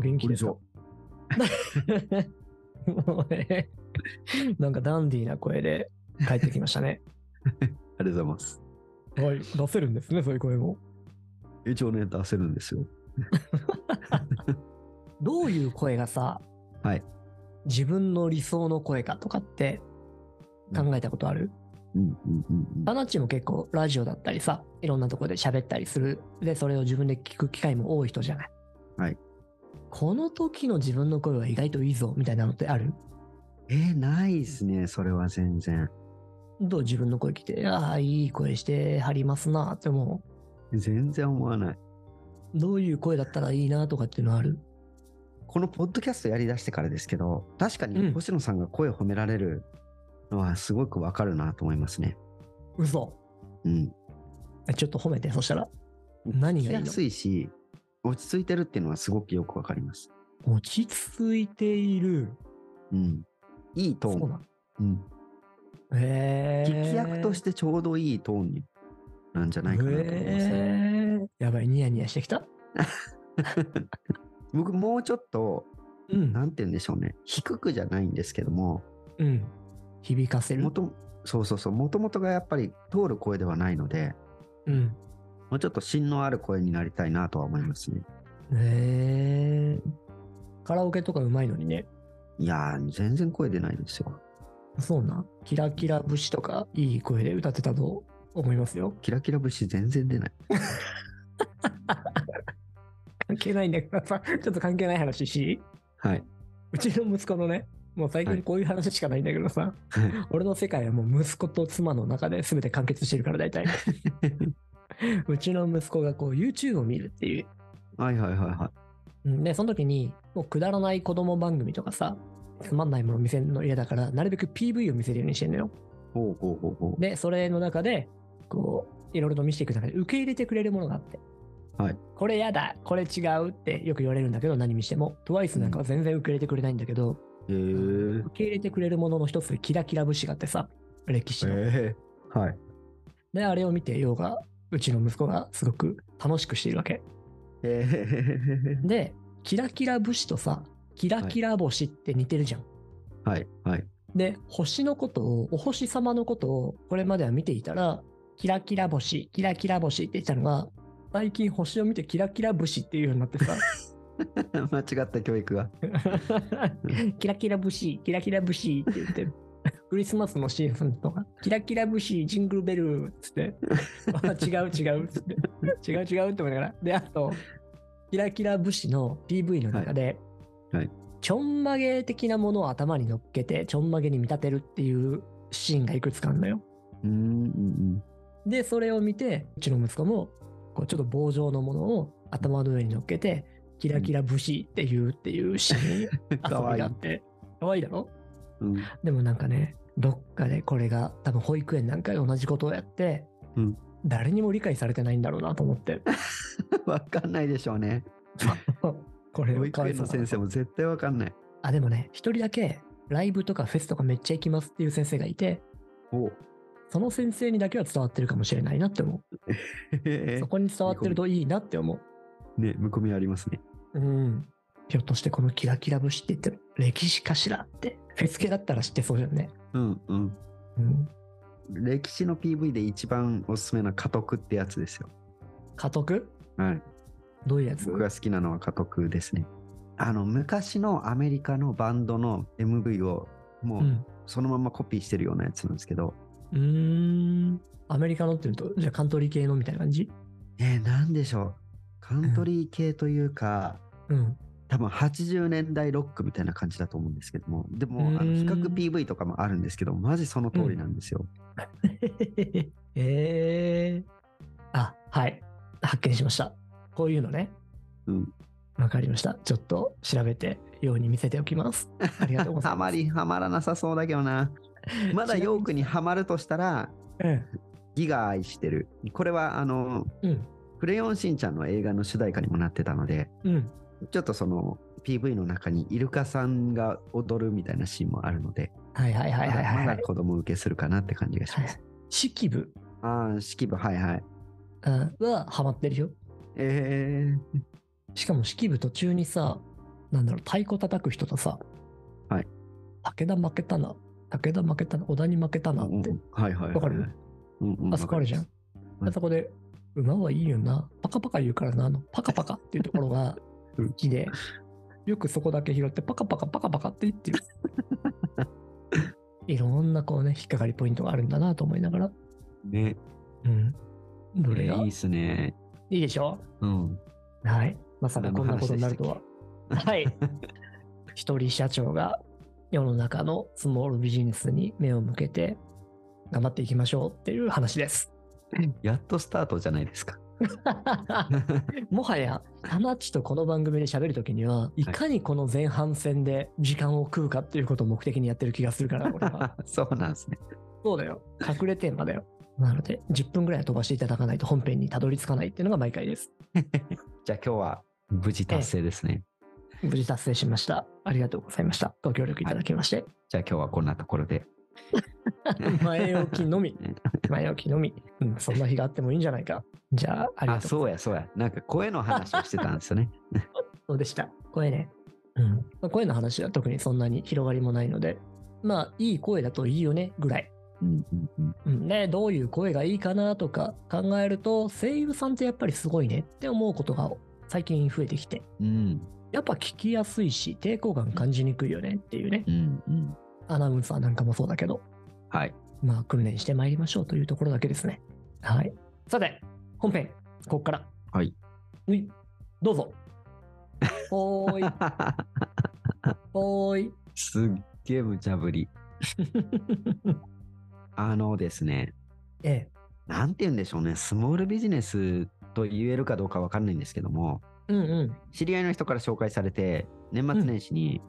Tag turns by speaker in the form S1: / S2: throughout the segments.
S1: 元気ですかもうね、 なんかダンディーな声で帰ってきましたね。
S2: ありがとうございます。
S1: はい、出せるんですね、そういう声も。
S2: 一応ね、出せるんですよ。
S1: どういう声がさ、
S2: はい
S1: 自分の理想の声かとかって考えたことある、
S2: うんうんうんうん。
S1: バナッチも結構ラジオだったりさ、いろんなところで喋ったりする。で、それを自分で聞く機会も多い人じゃない。
S2: はい。
S1: この時の自分の声は意外といいぞ、みたいなのってある
S2: えーないですね、それは全然。
S1: どう自分の声聞いて、ああ、いい声してはりますなって思
S2: 全然思わない。
S1: う。どういう声だったらいいなとかっていうのある
S2: このポッドキャストやりだしてからですけど、確か
S1: う
S2: に
S1: ん
S2: 星野さんが声褒められるのはすごくわかるなと思いますね。
S1: 嘘。
S2: うん。
S1: えちょっと褒めて、そしたら。何
S2: 聞き
S1: がいい
S2: や
S1: の
S2: すいし、落ち着いてるっていうのはすごくよくわかります。
S1: 落ち着いている。
S2: うん。いいト
S1: そう
S2: ーン。
S1: な
S2: うん。
S1: の。へえ。
S2: 聞き役としててちょうどいいトーンになんじゃないかなと思いますね。
S1: へえ。やばい、ニヤニヤしてきた。
S2: 僕もうちょっと、
S1: うん
S2: なんて言うんでしょうね。低くじゃないんですけども、
S1: うん。響かせる
S2: も。とそうそうそう、もともとがやっぱり通る声ではないので、
S1: うん。
S2: もうちょっと芯のある声になりたいなとは思いますね。
S1: へえ。カラオケとかうまいのにね。
S2: いやー、全然声出ないですよ。
S1: そうなん。キラキラ節とかいい声で歌ってたと思いますよ。
S2: キラキラ節全然出ない。
S1: 関係ないんだけどさ、ちょっと関係ない話し、
S2: はい。
S1: うちの息子のね、もう最
S2: は
S1: 近
S2: い
S1: こういう話しかないんだけどさ、
S2: はい
S1: 俺の世界はもう息子と妻の中で全て完結してるから大 体。うちの息子がこう YouTube を見るっていう。
S2: はいはいはいは
S1: うんで、その時に、もうくだらない子供番組とかさ、つまんないもの見せるの嫌だから、なるべく PV を見せるようにしてんのよ。
S2: い。ほうほうほうほ
S1: で、それの中で、こう、いろいろと見せていく中で受け入れてくれるものがあって。
S2: はい
S1: これやだ、これ違うってよく言われるんだけど、何にしても。TWICE なんかは全然受け入れてくれないんだけど、
S2: う。へー
S1: 受け入れてくれるものの一つでキラキラ節があってさ、歴史の。
S2: えー。はい。
S1: で、あれを見て、ようが、うちの息子がすごく楽しくしているわけ。
S2: え
S1: で、キラキラ節とさ、キラキラ星って似てるじゃん。
S2: ー。はいはい。
S1: で、星のことを、お星様のことを、これまでは見ていたら、キラキラ星、キラキラ星って言ってたのが、最近星を見てキラキラ節っていうようになってさ、
S2: 間違った教育が。
S1: キラキラ節、キラキラ節って言ってる。クリスマスのシーズンとか、キラキラ節、ジングルベルっつって、あ違う違うっつって、違う違うって思いながら。で、あと、キラキラ節の PV の中で、
S2: はいはい
S1: ちょんまげ的なものを頭に乗っけて、ちょんまげに見立てるっていうシーンがいくつかあるのよ。
S2: うんうん
S1: で、それを見て、うちの息子も、こうちょっと棒状のものを頭の上に乗っけて、キラキラ節っていうっていうシーン遊
S2: うん。 かわ
S1: び
S2: いい
S1: があ。って、可愛いだろ
S2: うん
S1: でもなんかね、どっかでこれが多分保育園なんかで同じことをやって、
S2: うん
S1: 誰にも理解されてないんだろうなと思 って。
S2: わかんないでしょうね。
S1: これ
S2: 保
S1: を
S2: 育園の先生も絶対わかんない。
S1: あ、でもね、一人だけライブとかフェスとかめっちゃ行きますっていう先生がいて、
S2: お
S1: その先生にだけは伝わってるかもしれないなって思う。
S2: え
S1: そこに伝わってるといいなって思
S2: ね、見込みありますね。
S1: う。うん。ひょっとしてこのキラキラ節って言ってる歴史かしらって。フェス系だったら知ってそうじゃんね。
S2: うんうん。
S1: うん。
S2: 歴史の PV で一番おすすめな家督ってやつですよ。
S1: 家督
S2: はい。
S1: どういうやつ
S2: 僕が好きなのは家督ですね。あの、昔のアメリカのバンドの MV を
S1: う。
S2: もうんそのままコピーしてるようなやつなんですけど、
S1: うーん。アメリカのっていうと、じゃあカントリー系のみたいな感じ
S2: えー、なんでしょう。カントリー系というか、
S1: うん。
S2: 多分80年代ロックみたいな感じだと思うんですけども、で
S1: う
S2: も、
S1: ん
S2: あの比較 PV とかもあるんですけど、マジその通りなんですよ。
S1: ええあ、はい。発見しました。こういうのね。
S2: うん。
S1: わかりました。ちょっと調べて、ように見せておき ます。ありがとうござ
S2: あ
S1: いま。
S2: ますりはまらなさそうだけどな。ま
S1: ち
S2: だ
S1: なみに
S2: ヨークにはまるとしたら、
S1: うん。
S2: ギが愛してる。これはあの、
S1: うん。
S2: クレヨンしんちゃんの映画の主題歌にもなってたので、
S1: うん。
S2: ちょっとその PV の中にイルカさんが踊るみたいなシーンもあるので、
S1: はいはいはいはいはい、
S2: ま
S1: は
S2: だまだ
S1: い。
S2: 子供受けするかなって感じがします。
S1: 式部
S2: ああ、式部、はいはい。
S1: うんはハマってるよ。
S2: え
S1: しかも式部途中にさ、なんだろう、太鼓叩く人とさ、
S2: はい。
S1: 武田負けたな、武田負けたな、織田に負けたなって、
S2: はいはいはいはい。
S1: わかる
S2: うんうん
S1: あそこあるじゃん。
S2: うん
S1: そこで、馬はいいよな、パカパカ言うからな、あの、パカパカっていうところが
S2: うん
S1: 好きで、よくそこだけ拾って、パカパカパカパカって言って る。いろんなこうね、引っかかりポイントがあるんだなと思いながら、
S2: ね。
S1: うん。ど
S2: こ
S1: れ
S2: れ
S1: が
S2: いいっすね。
S1: いいでしょ
S2: うん。
S1: はい。まさかこんなことになるとは。 はい。一人社長が世の中のスモールビジネスに目を向けて頑張っていきましょうっていう話です。
S2: やっとスタートじゃないですか。
S1: もはや、タナッチとこの番組で喋るときには、いかにこの前半戦で時間を食うかっていうことを目的にやってる気がする から、俺は。
S2: そうなんですね。
S1: そうだよ。隠れテーマだよ。なので、10分ぐらいは飛ばしていただかないと本編にたどり着かないっていうのが毎回です。
S2: じゃあ今日は無事達成ですね。
S1: 無事達成しました。ありがとうございました。ご協力いただきまして。
S2: じゃあ今日はこんなところで。
S1: 前置き のみ。前置きのみ。うんそんな日があってもいいんじゃないか。じゃあ、あり
S2: あ、
S1: がとう。
S2: そうやそうや。なんか声の話をしてたんですよね。
S1: そうでした。声ね。うん。まあ、声の話は特にそんなに広がりもないので、まあ、いい声だといいよね、ぐらい。
S2: うんうんうん。
S1: うん、ね、どういう声がいいかなとか考えると、声優さんってやっぱりすごいねって思うことが最近増えてきて、
S2: うん
S1: やっぱ聞きやすいし、抵抗感感じにくいよねっていうね、
S2: うんうん。
S1: アナウンサーなんかもそうだけど、
S2: はい。
S1: まあ、訓練してまいりましょうというところだけですね。はい。さて、本編、ここから。
S2: はい。
S1: うい、どうぞ。おーい、おーい。
S2: すっげえ無茶ぶり。あのですね、
S1: ええ。
S2: なんて言うんでしょうね、スモールビジネスと言えるかどうかわかんないんですけども、
S1: うんう
S2: 知り合いの人から紹介されて、年末年始に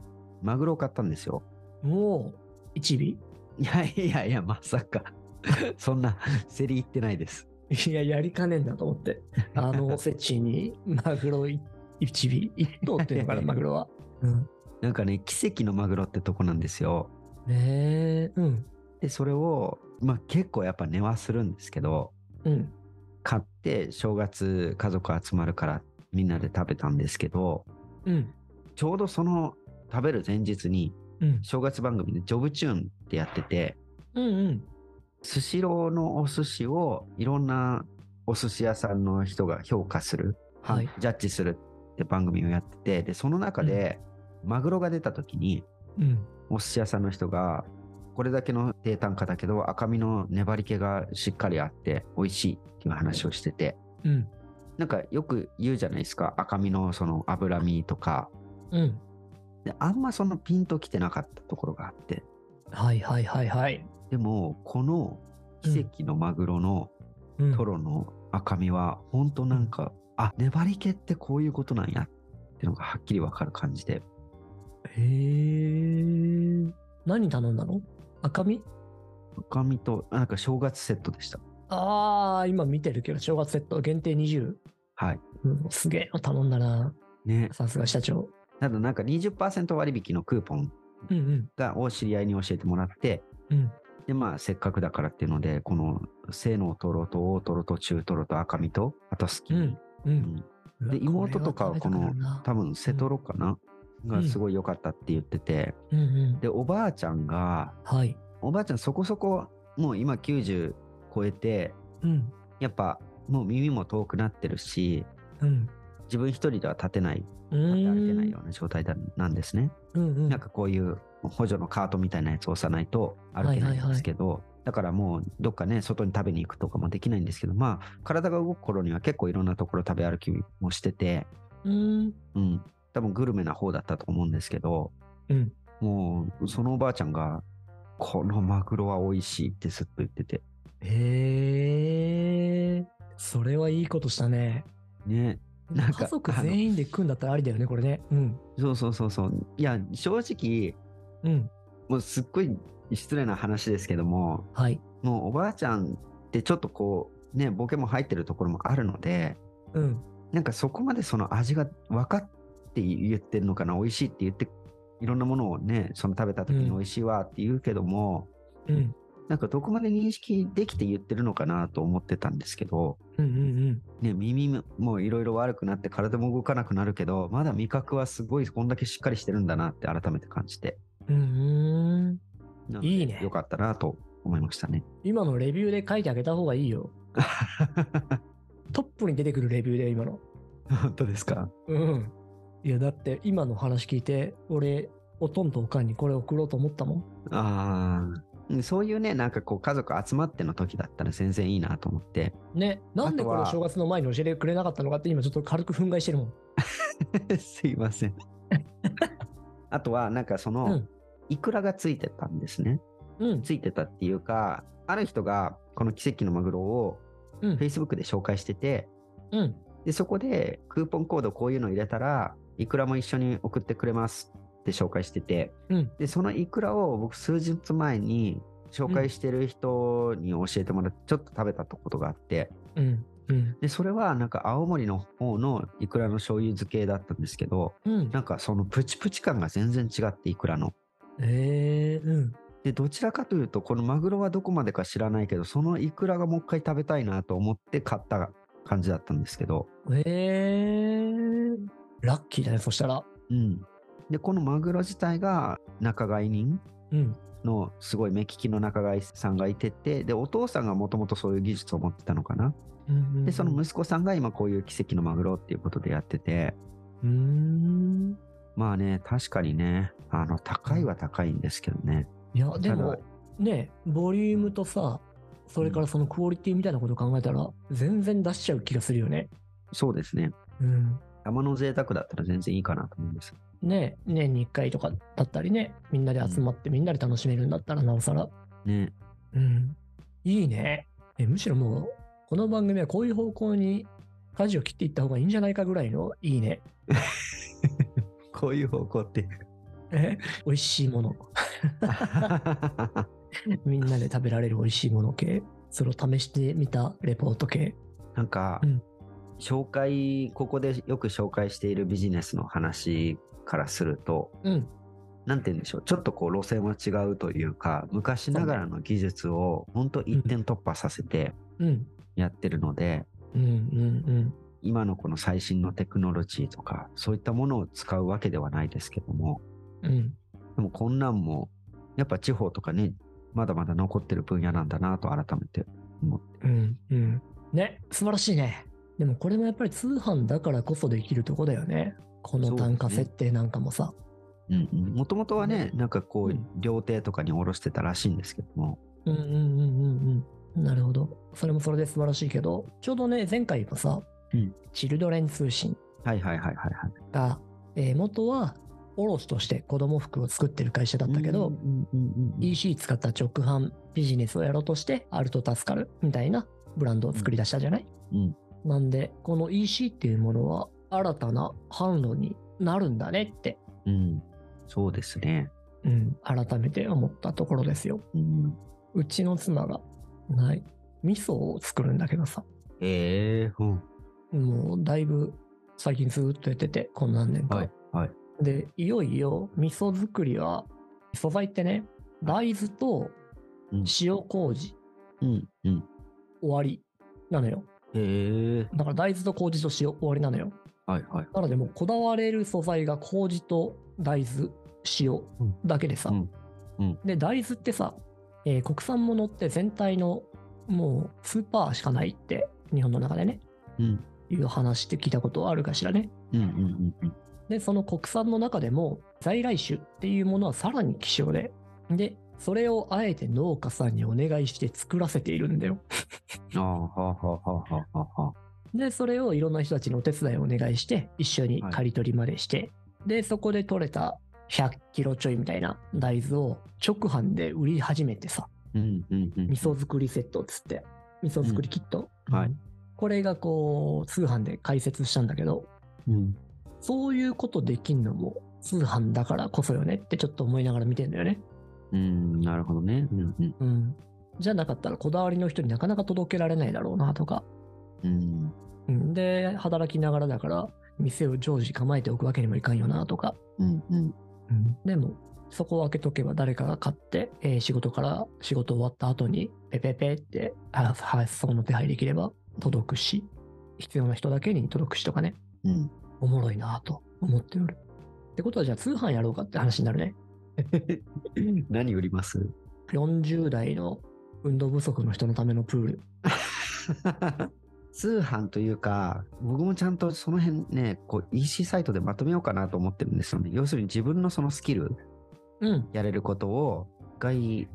S2: マグロを買ったんですよ。
S1: ん。もう、一尾
S2: いやいやいや、まさか。そんな、競り行ってないです。
S1: いや、やりかねんなと思って。あの、おせちに、 マグロい一尾、一頭っていうのか な、マグロは。うん。
S2: なんかね、奇跡のマグロってとこなんですよ。
S1: ねえ、うん。
S2: で、それを、まあ結構やっぱ値はするんですけど、
S1: うん。
S2: 買って正月家族集まるからみんなで食べたんですけど、
S1: うん。
S2: ちょうどその食べる前日に
S1: うん。
S2: 正月番組でジョブチューンってやってて、
S1: うんうん。
S2: スシローのお寿司をいろんなお寿司屋さんの人が評価する、
S1: はい。
S2: ジャッジするって番組をやってて、で、その中でマグロが出た時に
S1: うん。
S2: お寿司屋さんの人が、これだけの低単価だけど赤身の粘り気がしっかりあって美味しいっていう話をしてて、
S1: うん。
S2: なんかよく言うじゃないですか、赤身のその脂身とか、
S1: うん。
S2: であんまそのピンときてなかったところがあって、
S1: はいはいはいはい。
S2: でもこの奇跡のマグロの
S1: うん
S2: トロの赤身は本当なんか、あ粘り気ってこういうことなんやってのがはっきりわかる感じで
S1: へえ。何頼んだの赤身
S2: 赤身とあなんか正月セットでした
S1: ああ、今見てるけど、正月セット限定20。
S2: はい
S1: うん、すげえの頼んだな。
S2: ね
S1: さすが社長。
S2: ただなんか20%割引のクーポン
S1: うん
S2: がを知り合いに教えてもらって
S1: うん。うん。
S2: でまあせっかくだからっていうのでこの性能トロと大トロと中トロと赤身とあと好き、
S1: うん。う。
S2: うんんで妹とかはこの
S1: うわれは食べたくなるな
S2: 多分セトロかな、
S1: ん
S2: がすごい良かったって言ってて
S1: うんうん。
S2: でおばあちゃんが
S1: はい。
S2: おばあちゃんそこそこもう今90超えて
S1: うん。
S2: やっぱもう耳も遠くなってるし
S1: うん。
S2: 自分一人では立てないう立って歩け
S1: ー
S2: ない
S1: ん。
S2: ような状態だなんですね、
S1: うんうん。
S2: なんかこういう補助のカートみたいなやつを押さないと歩けないんですけど、だからもうどっかね外に食べに行くとかもできないんですけどまあ体が動く頃には結構いろんなところ食べ歩きもしてて
S1: うん。
S2: うん多分グルメな方だったと思うんですけど、
S1: うん。
S2: もう、そのおばあちゃんが、このマグロは美味しいってずっと言ってて。
S1: へえ。それはいいことしたね。
S2: ね。なんか
S1: 家族全員で組んだったらありだよね、これね。うん。
S2: そうそうそうそう。いや、正直、
S1: うん。
S2: もうすっごい失礼な話ですけども、
S1: はい。
S2: もうおばあちゃんってちょっとこう、ね、ボケも入ってるところもあるので、
S1: うん。
S2: なんかそこまでその味が分かって言ってるのかな、美味しいって言って、いろんなものをね、その食べた時に美味しいわって言うけども、
S1: うん。
S2: なんかどこまで認識できて言ってるのかなと思ってたんですけど、
S1: うんうん
S2: ね、耳もいろいろ悪くなって体も動かなくなるけど、まだ味覚はすごいこんだけしっかりしてるんだなって改めて感じて、
S1: うん。うんうん。
S2: なので
S1: いいね
S2: よかったなと思いましたね。
S1: 今のレビューで書いてあげた方がいいよ。トップに出てくるレビューで今の。
S2: 本当ですか
S1: うん。いや、だって今の話聞いて、俺、おとんとおかんにこれ送ろうと思ったもん。
S2: ああ。うんそういうね、なんかこう家族集まっての時だったら全然いいなと思って。
S1: ね、なんでこれを
S2: あとは
S1: 正月の前に教えてくれなかったのかって今ちょっと軽く憤慨してるもん。
S2: すいません。あとは、なんかその、
S1: うん
S2: いくらがついてたんですね。
S1: うん。
S2: ついてたっていうか、ある人がこの奇跡のマグロを
S1: うん。
S2: Facebook で紹介してて、
S1: うん。
S2: で、そこでクーポンコードこういうの入れたら、いくらも一緒に送ってくれますって紹介してて、
S1: うん。
S2: で、そのいくらを僕数日前に紹介してる人に教えてもらって、ちょっと食べたことがあって、
S1: うん。うん。
S2: で、それはなんか青森の方のいくらの醤油漬けだったんですけど、
S1: うん。
S2: なんかそのプチプチ感が全然違っていくらの。
S1: えー、うん。
S2: で、どちらかというと、このマグロはどこまでか知らないけど、そのイクラがもう一回食べたいなと思って買った感じだったんですけど、
S1: えー、ラッキーだね、そしたら。
S2: うん。で、このマグロ自体が仲買人
S1: うん。
S2: のすごい目利きの仲買さんがいてて、で、お父さんがもともとそういう技術を持ってたのかな。
S1: うんうんうん
S2: で、その息子さんが今こういう奇跡のマグロっていうことでやってて、
S1: うーん。
S2: まあね、確かにね、あの、高いは高いんですけどね。
S1: いや、で
S2: た
S1: も
S2: だ、
S1: ね、ボリュームとさ、それからそのクオリティみたいなことを考えたら、全然出しちゃう気がするよね。
S2: そうですね。
S1: うん。
S2: 山の贅沢だったら全然いいかなと思うんです。
S1: ね、年に1回とかだったりね、みんなで集まってみんなで楽しめるんだったらなおさら。
S2: ね。
S1: うん。いいね。えむしろもう、この番組はこういう方向に舵を切っていった方がいいんじゃないかぐらいのいいね。
S2: こういう方向って。
S1: え美味しいも の。みんなで食べられる美味しいもの系。それを試してみたレポート系。
S2: なんか、
S1: うん
S2: 紹介、ここでよく紹介しているビジネスの話からすると、
S1: うん。
S2: なんて言うんでしょう、ちょっとこう路線は違うというか、昔ながらの技術を本当一点突破させて
S1: うん。
S2: やってるので、
S1: うんうん
S2: 今のこの最新のテクノロジーとか、そういったものを使うわけではないですけども、
S1: うん。うん。
S2: でもこんなんも、やっぱ地方とかね、まだまだ残ってる分野なんだなと改めて思って。
S1: うんうん。ね、素晴らしいね。でもこれもやっぱり通販だからこそできるとこだよね。この単価設定なんかもさ。
S2: もともとはね、なんかこ
S1: う、
S2: うん料亭とかに卸してたらしいんですけども、
S1: うんうんうんうんうん。なるほど。それもそれで素晴らしいけど、ちょうどね、前回もさ、
S2: うん
S1: チルドレン通信
S2: はいはいはいはいはい。
S1: が、えー元は卸として子供服を作ってる会社だったけど、
S2: うんうんうんうん
S1: EC 使った直販ビジネスをやろうとして、アルト助かるみたいなブランドを作り出したじゃない、
S2: うん
S1: なんで、この EC っていうものは新たな販路になるんだねって、
S2: うんそうですね。
S1: うん、改めて思ったところですよ。
S2: うん、
S1: うちの妻が、はい、味噌を作るんだけどさ、
S2: ええうん、
S1: もうだいぶ最近ずっとやってて、この何年か。
S2: はいはい。
S1: で、いよいよ味噌作りは、素材ってね、大豆と
S2: うん
S1: 塩麹、
S2: うんうん。
S1: 終わりなのよ。
S2: ええ
S1: だから大豆と麹と塩終わりなのよ。
S2: はいはい。
S1: なのでもうこだわれる素材が麹と大豆、塩
S2: うん
S1: だけでさ。
S2: うんうん
S1: で、大豆ってさ、えー国産ものって全体のもう数パーしかないって、日本の中でね、
S2: うん
S1: いう話って聞いたことあるかしらね。
S2: うんうんうん
S1: で、その国産の中でも在来種っていうものはさらに希少で、で、それをあえて農家さんにお願いして作らせているんだよ。
S2: うん。ああ、はあはあはあはあはあ。
S1: で、それをいろんな人たちのお手伝いをお願いして、一緒に刈り取りまでして、で、そこで取れた100キロちょいみたいな大豆を直販で売り始めてさ、
S2: うんうんうん。
S1: 味噌作りセットっつって、味噌作りキット。
S2: うんはい
S1: これがこう、通販で解説したんだけど、
S2: うん。
S1: そういうことできんのも通販だからこそよねってちょっと思いながら見てんだよね。
S2: うん、なるほどね。うんうん
S1: うん。じゃなかったらこだわりの人になかなか届けられないだろうなとか。
S2: うん。
S1: うん、で、働きながらだから、店を常時構えておくわけにもいかんよなとか。
S2: うんうん。
S1: でも、そこを開けとけば誰かが買って、えー仕事から仕事終わった後に、ペペペっては発送の手配できれば届くし、必要な人だけに届くしとかね、
S2: うん。
S1: おもろいなぁと思っておる。ってことはじゃあ通販やろうかって話になるね。
S2: 何売ります
S1: 40代の運動不足の人のためのプール。
S2: 通販というか、僕もちゃんとその辺ね、こう EC サイトでまとめようかなと思ってるんですよね。要するに自分のそのスキル、
S1: うん、
S2: やれることを、一回、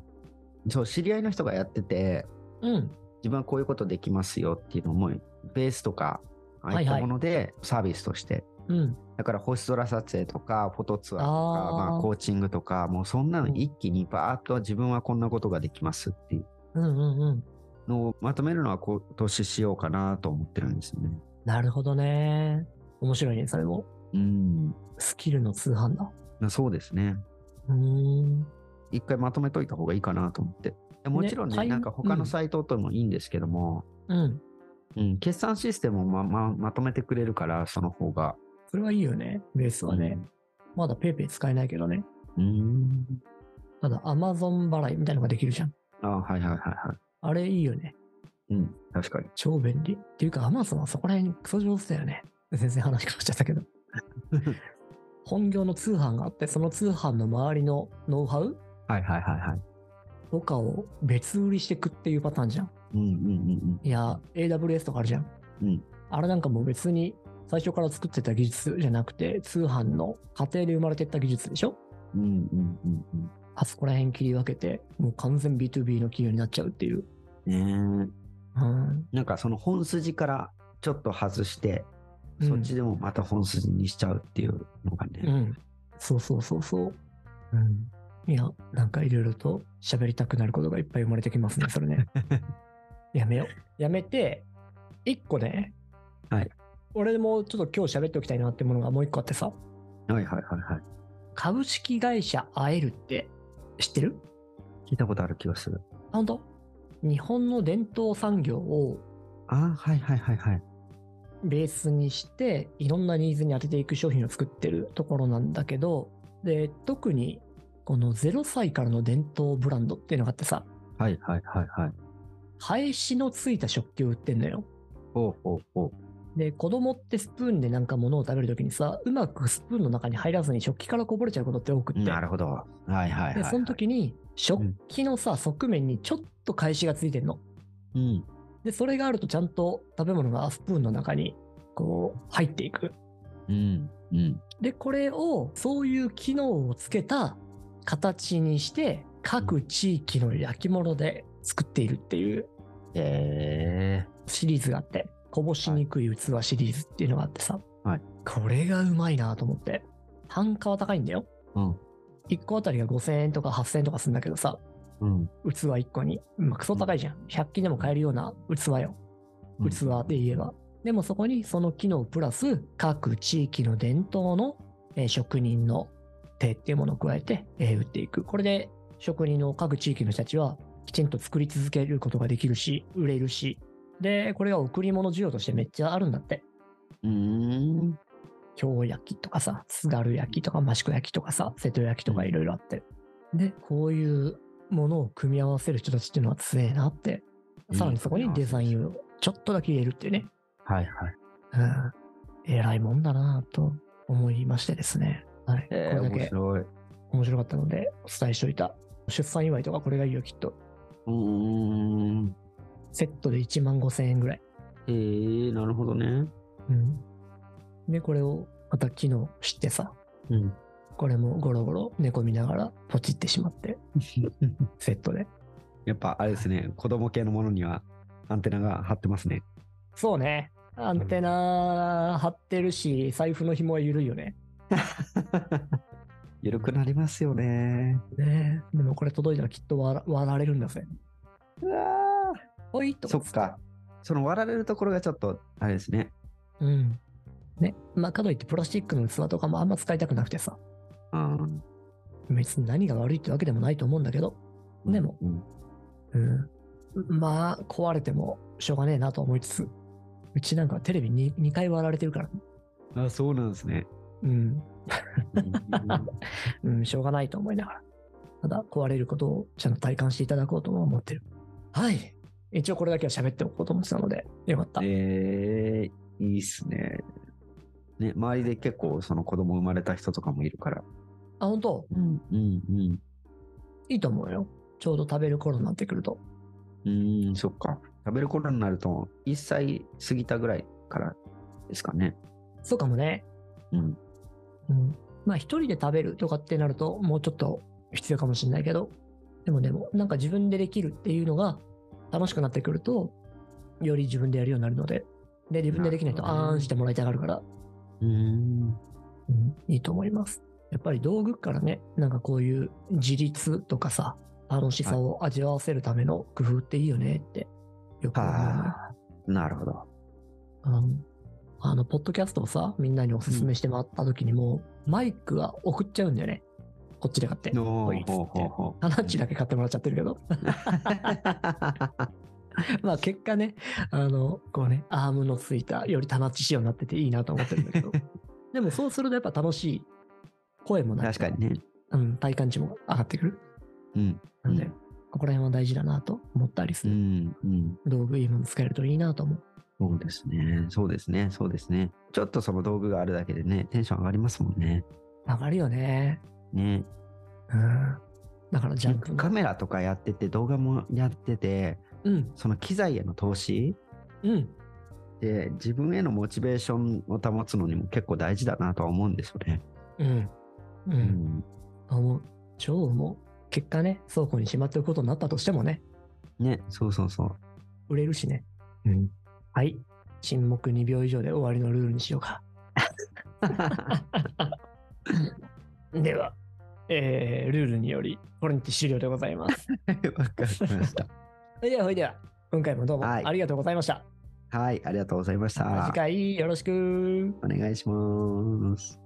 S2: そう、知り合いの人がやってて、
S1: うん、
S2: 自分はこういうことできますよっていうのも、ベースとか、ああいったものでサービスとして
S1: うん。
S2: だから星空撮影とかフォトツアーと
S1: あ
S2: か
S1: ー
S2: まあ、コーチングとかもうそんなの
S1: うん
S2: 一気にバーッと自分はこんなことができますっていう
S1: うんうんうん。
S2: のをまとめるのは今年しようかなと思ってるんですよね。
S1: なるほどね。面白いね、それも。
S2: うん、
S1: スキルの通販だ。
S2: まあ、そうですね。
S1: うーん。
S2: 一回まとめといた方がいいかなと思って。もちろんね、
S1: タイム
S2: なんか他
S1: う
S2: の
S1: ん
S2: サイトともいいんですけども、
S1: うん。
S2: うん、決算システムをまままとめてくれるから、その方が。
S1: それはいいよね、ベースはね。まだ PayPay 使えないけどね。
S2: うん。
S1: ただ Amazon 払いみたいなのができるじゃん。
S2: あはいはいはいは
S1: あれいいよね。
S2: い。うん、確かに。
S1: 超便利。っていうか Amazon はそこら辺クソ上手だよね。全然話変わっちゃったけど。本業の通販があって、その通販の周りのノウハウ
S2: はいはいはいはい。
S1: とかを別売りしてくっていうパターンじゃん。
S2: うんうんうん
S1: いや、AWS とかあるじゃん。
S2: うん。うん。
S1: あれなんかもう別に最初から作ってた技術じゃなくて、通販の過程で生まれてった技術でしょ
S2: うんうんうんうん。
S1: あそこら辺切り分けて、もう完全 B2B の企業になっちゃうっていう。
S2: ね
S1: うん。
S2: えなんかその本筋からちょっと外して、そっちでもまた本筋にしちゃうっていうのがね、
S1: うん。そうそうそうそう。うん。いや、なんかいろいろと喋りたくなることがいっぱい生まれてきますね、それ ね。やめよう。やめて、一個ね。
S2: はい。
S1: 俺もちょっと今日喋っておきたいなってものがもう一個あってさ、
S2: はいはいはいはい
S1: 株式会社会えるって知ってる
S2: 聞いたことある気がする
S1: あ本当日本の伝統産業を
S2: ああはいはいはいはい
S1: ベースにしていろんなニーズに当てていく商品を作ってるところなんだけどで特にこの0歳からの伝統ブランドっていうのがあってさ
S2: はいはいはいはい
S1: 返しのついた食器を売ってんのよ
S2: ほうほうほ
S1: で子供ってスプーンでなんか物を食べるときにさうまくスプーンの中に入らずに食器からこぼれちゃうことって多くっ
S2: う
S1: て
S2: なるほどはいはいはい、はい、
S1: でその時に食器のさ側面にちょっと返しがついてんの
S2: うん
S1: でそれがあるとちゃんと食べ物がスプーンの中にこう入っていく
S2: うんうん
S1: で、これを、そういう機能をつけた形にして、各地域の焼き物で作っているっていう
S2: え
S1: シリーズがあって、こぼしにくい器シリーズっていうのがあってさ、
S2: はい
S1: これがうまいなと思って。単価は高いんだよ。
S2: ー、うん
S1: 1個あたりが5000円とか8000円とかするんだけどさ、
S2: うん
S1: 器1個に。まあ、クソ高いじゃん。100均でも買えるような器よ。
S2: うん
S1: 器で言えば。でもそこにその機能プラス各地域の伝統のえー職人の手っていうものを加えてえー売っていく。これで職人の各地域の人たちはきちんと作り続けることができるし、売れるし。で、これが贈り物需要としてめっちゃあるんだって。
S2: うーん
S1: 京焼きとかさ、津軽焼きとか益子焼きとかさ、瀬戸焼きとかいろいろあって。で、こういうものを組み合わせる人たちっていうのは強えなって。さらにそこにデザインをちょっとだけ入れるっていうね。
S2: はいはい
S1: うん、えらいもんだなぁと思いましてですね。はい。
S2: え
S1: こ
S2: ー、
S1: れだ
S2: 面
S1: け
S2: 白い
S1: 面白かったのでお伝えしておいた。出産祝いとかこれがいいよ、きっと。
S2: うーん
S1: セットで1万5千円ぐらい。
S2: えー、なるほどね
S1: うん。で、これをまた昨日知ってさ、
S2: うん
S1: これもゴロゴロ寝込みながらポチってしまって、セットで。
S2: やっぱあれですね、子供系のものにはアンテナが張ってますね。
S1: そうね。アンテナ張ってるし、財布の紐は緩いよね。
S2: 緩くなりますよね。
S1: ねえでもこれ届いたらきっと割ら割られるんだぜ。
S2: うわ
S1: おいと
S2: そ
S1: か
S2: っか。その割られるところがちょっと、あれですね。
S1: うん。ね。まあ、かといってプラスチックの器とかもあんま使いたくなくてさ、
S2: うん。
S1: 別に何が悪いってわけでもないと思うんだけど、でも、
S2: うん、
S1: うん。まあ、壊れてもしょうがねえなと思いつつ、うちなんかテレビに2回割られてるから、
S2: あそうなんですね。
S1: うん。うん、しょうがないと思いながら。ただ、壊れることをちゃんと体感していただこうとも思ってる。はい。一応これだけは喋っておこうと思ってたので、よかった。
S2: えー、いいっすね。ね、周りで結構その子供生まれた人とかもいるから。
S1: あ、本当
S2: うんうんうん。
S1: いいと思うよ。ちょうど食べる頃になってくると。
S2: うーん、そっか。食べる頃になると、1歳過ぎたぐらいからですかね。
S1: そうかもね。
S2: うん。
S1: うん。まあ、一人で食べるとかってなると、もうちょっと必要かもしれないけど、でもでも、なんか自分でできるっていうのが楽しくなってくると、より自分でやるようになるので、で、自分でできないと、
S2: なるほどね
S1: あーんしてもらいたがるから、
S2: うん。
S1: うん、いいと思います。やっぱり道具からね、なんかこういう自立とかさ、楽しさを味わわせるための工夫っていいよねって、よく思うのよ
S2: ああ、なるほど。
S1: うんあの、ポッドキャストをさ、みんなにおすすめしてもらった時にも、マイクは送っちゃうんだよね。こっちで買って。
S2: お
S1: いいっ
S2: ー
S1: つって
S2: ほうほうほ
S1: ハナッチだけ買ってもらっちゃってるけど。 まあ結果ね、あの、こうね、アームのついた、よりタナッチ仕様になってていいなと思ってるんだ けど。でもそうするとやっぱ楽しい。声も
S2: う
S1: ない。
S2: 確かにね。
S1: うん、体感値も上がってくる。
S2: うん。
S1: なんで、
S2: うん
S1: ここら辺は大事だなと思ったりす
S2: う
S1: る。
S2: ん。うん。
S1: 道具いいもの使えるといいなと思う。
S2: そうですね。そうですね。そうですね。ちょっとその道具があるだけでね、テンション上がりますもんね。
S1: 上がるよね。
S2: ね。
S1: うん。だからジャンプも
S2: カメラとかやってて、動画もやってて、
S1: うん、
S2: その機材への投資
S1: うん。
S2: で自分へのモチベーションを保つのにも結構大事だなとは思うんですよね。
S1: うん。う。
S2: うんん、
S1: 思う。超思う。結果ね、倉庫にしまっておくことになったとしてもね、
S2: ね、そうそうそう。
S1: 売れるしね。うん。はい。沈黙2秒以上で終わりのルールにしようか。では、えー、ルールにより、これにて終了でございます。
S2: わかりました。
S1: それでは、それでは、今回もどうも
S2: はい
S1: ありがとうございました。
S2: はい、ありがとうございまし
S1: また
S2: た
S1: 次。回よろしく。
S2: お願いします。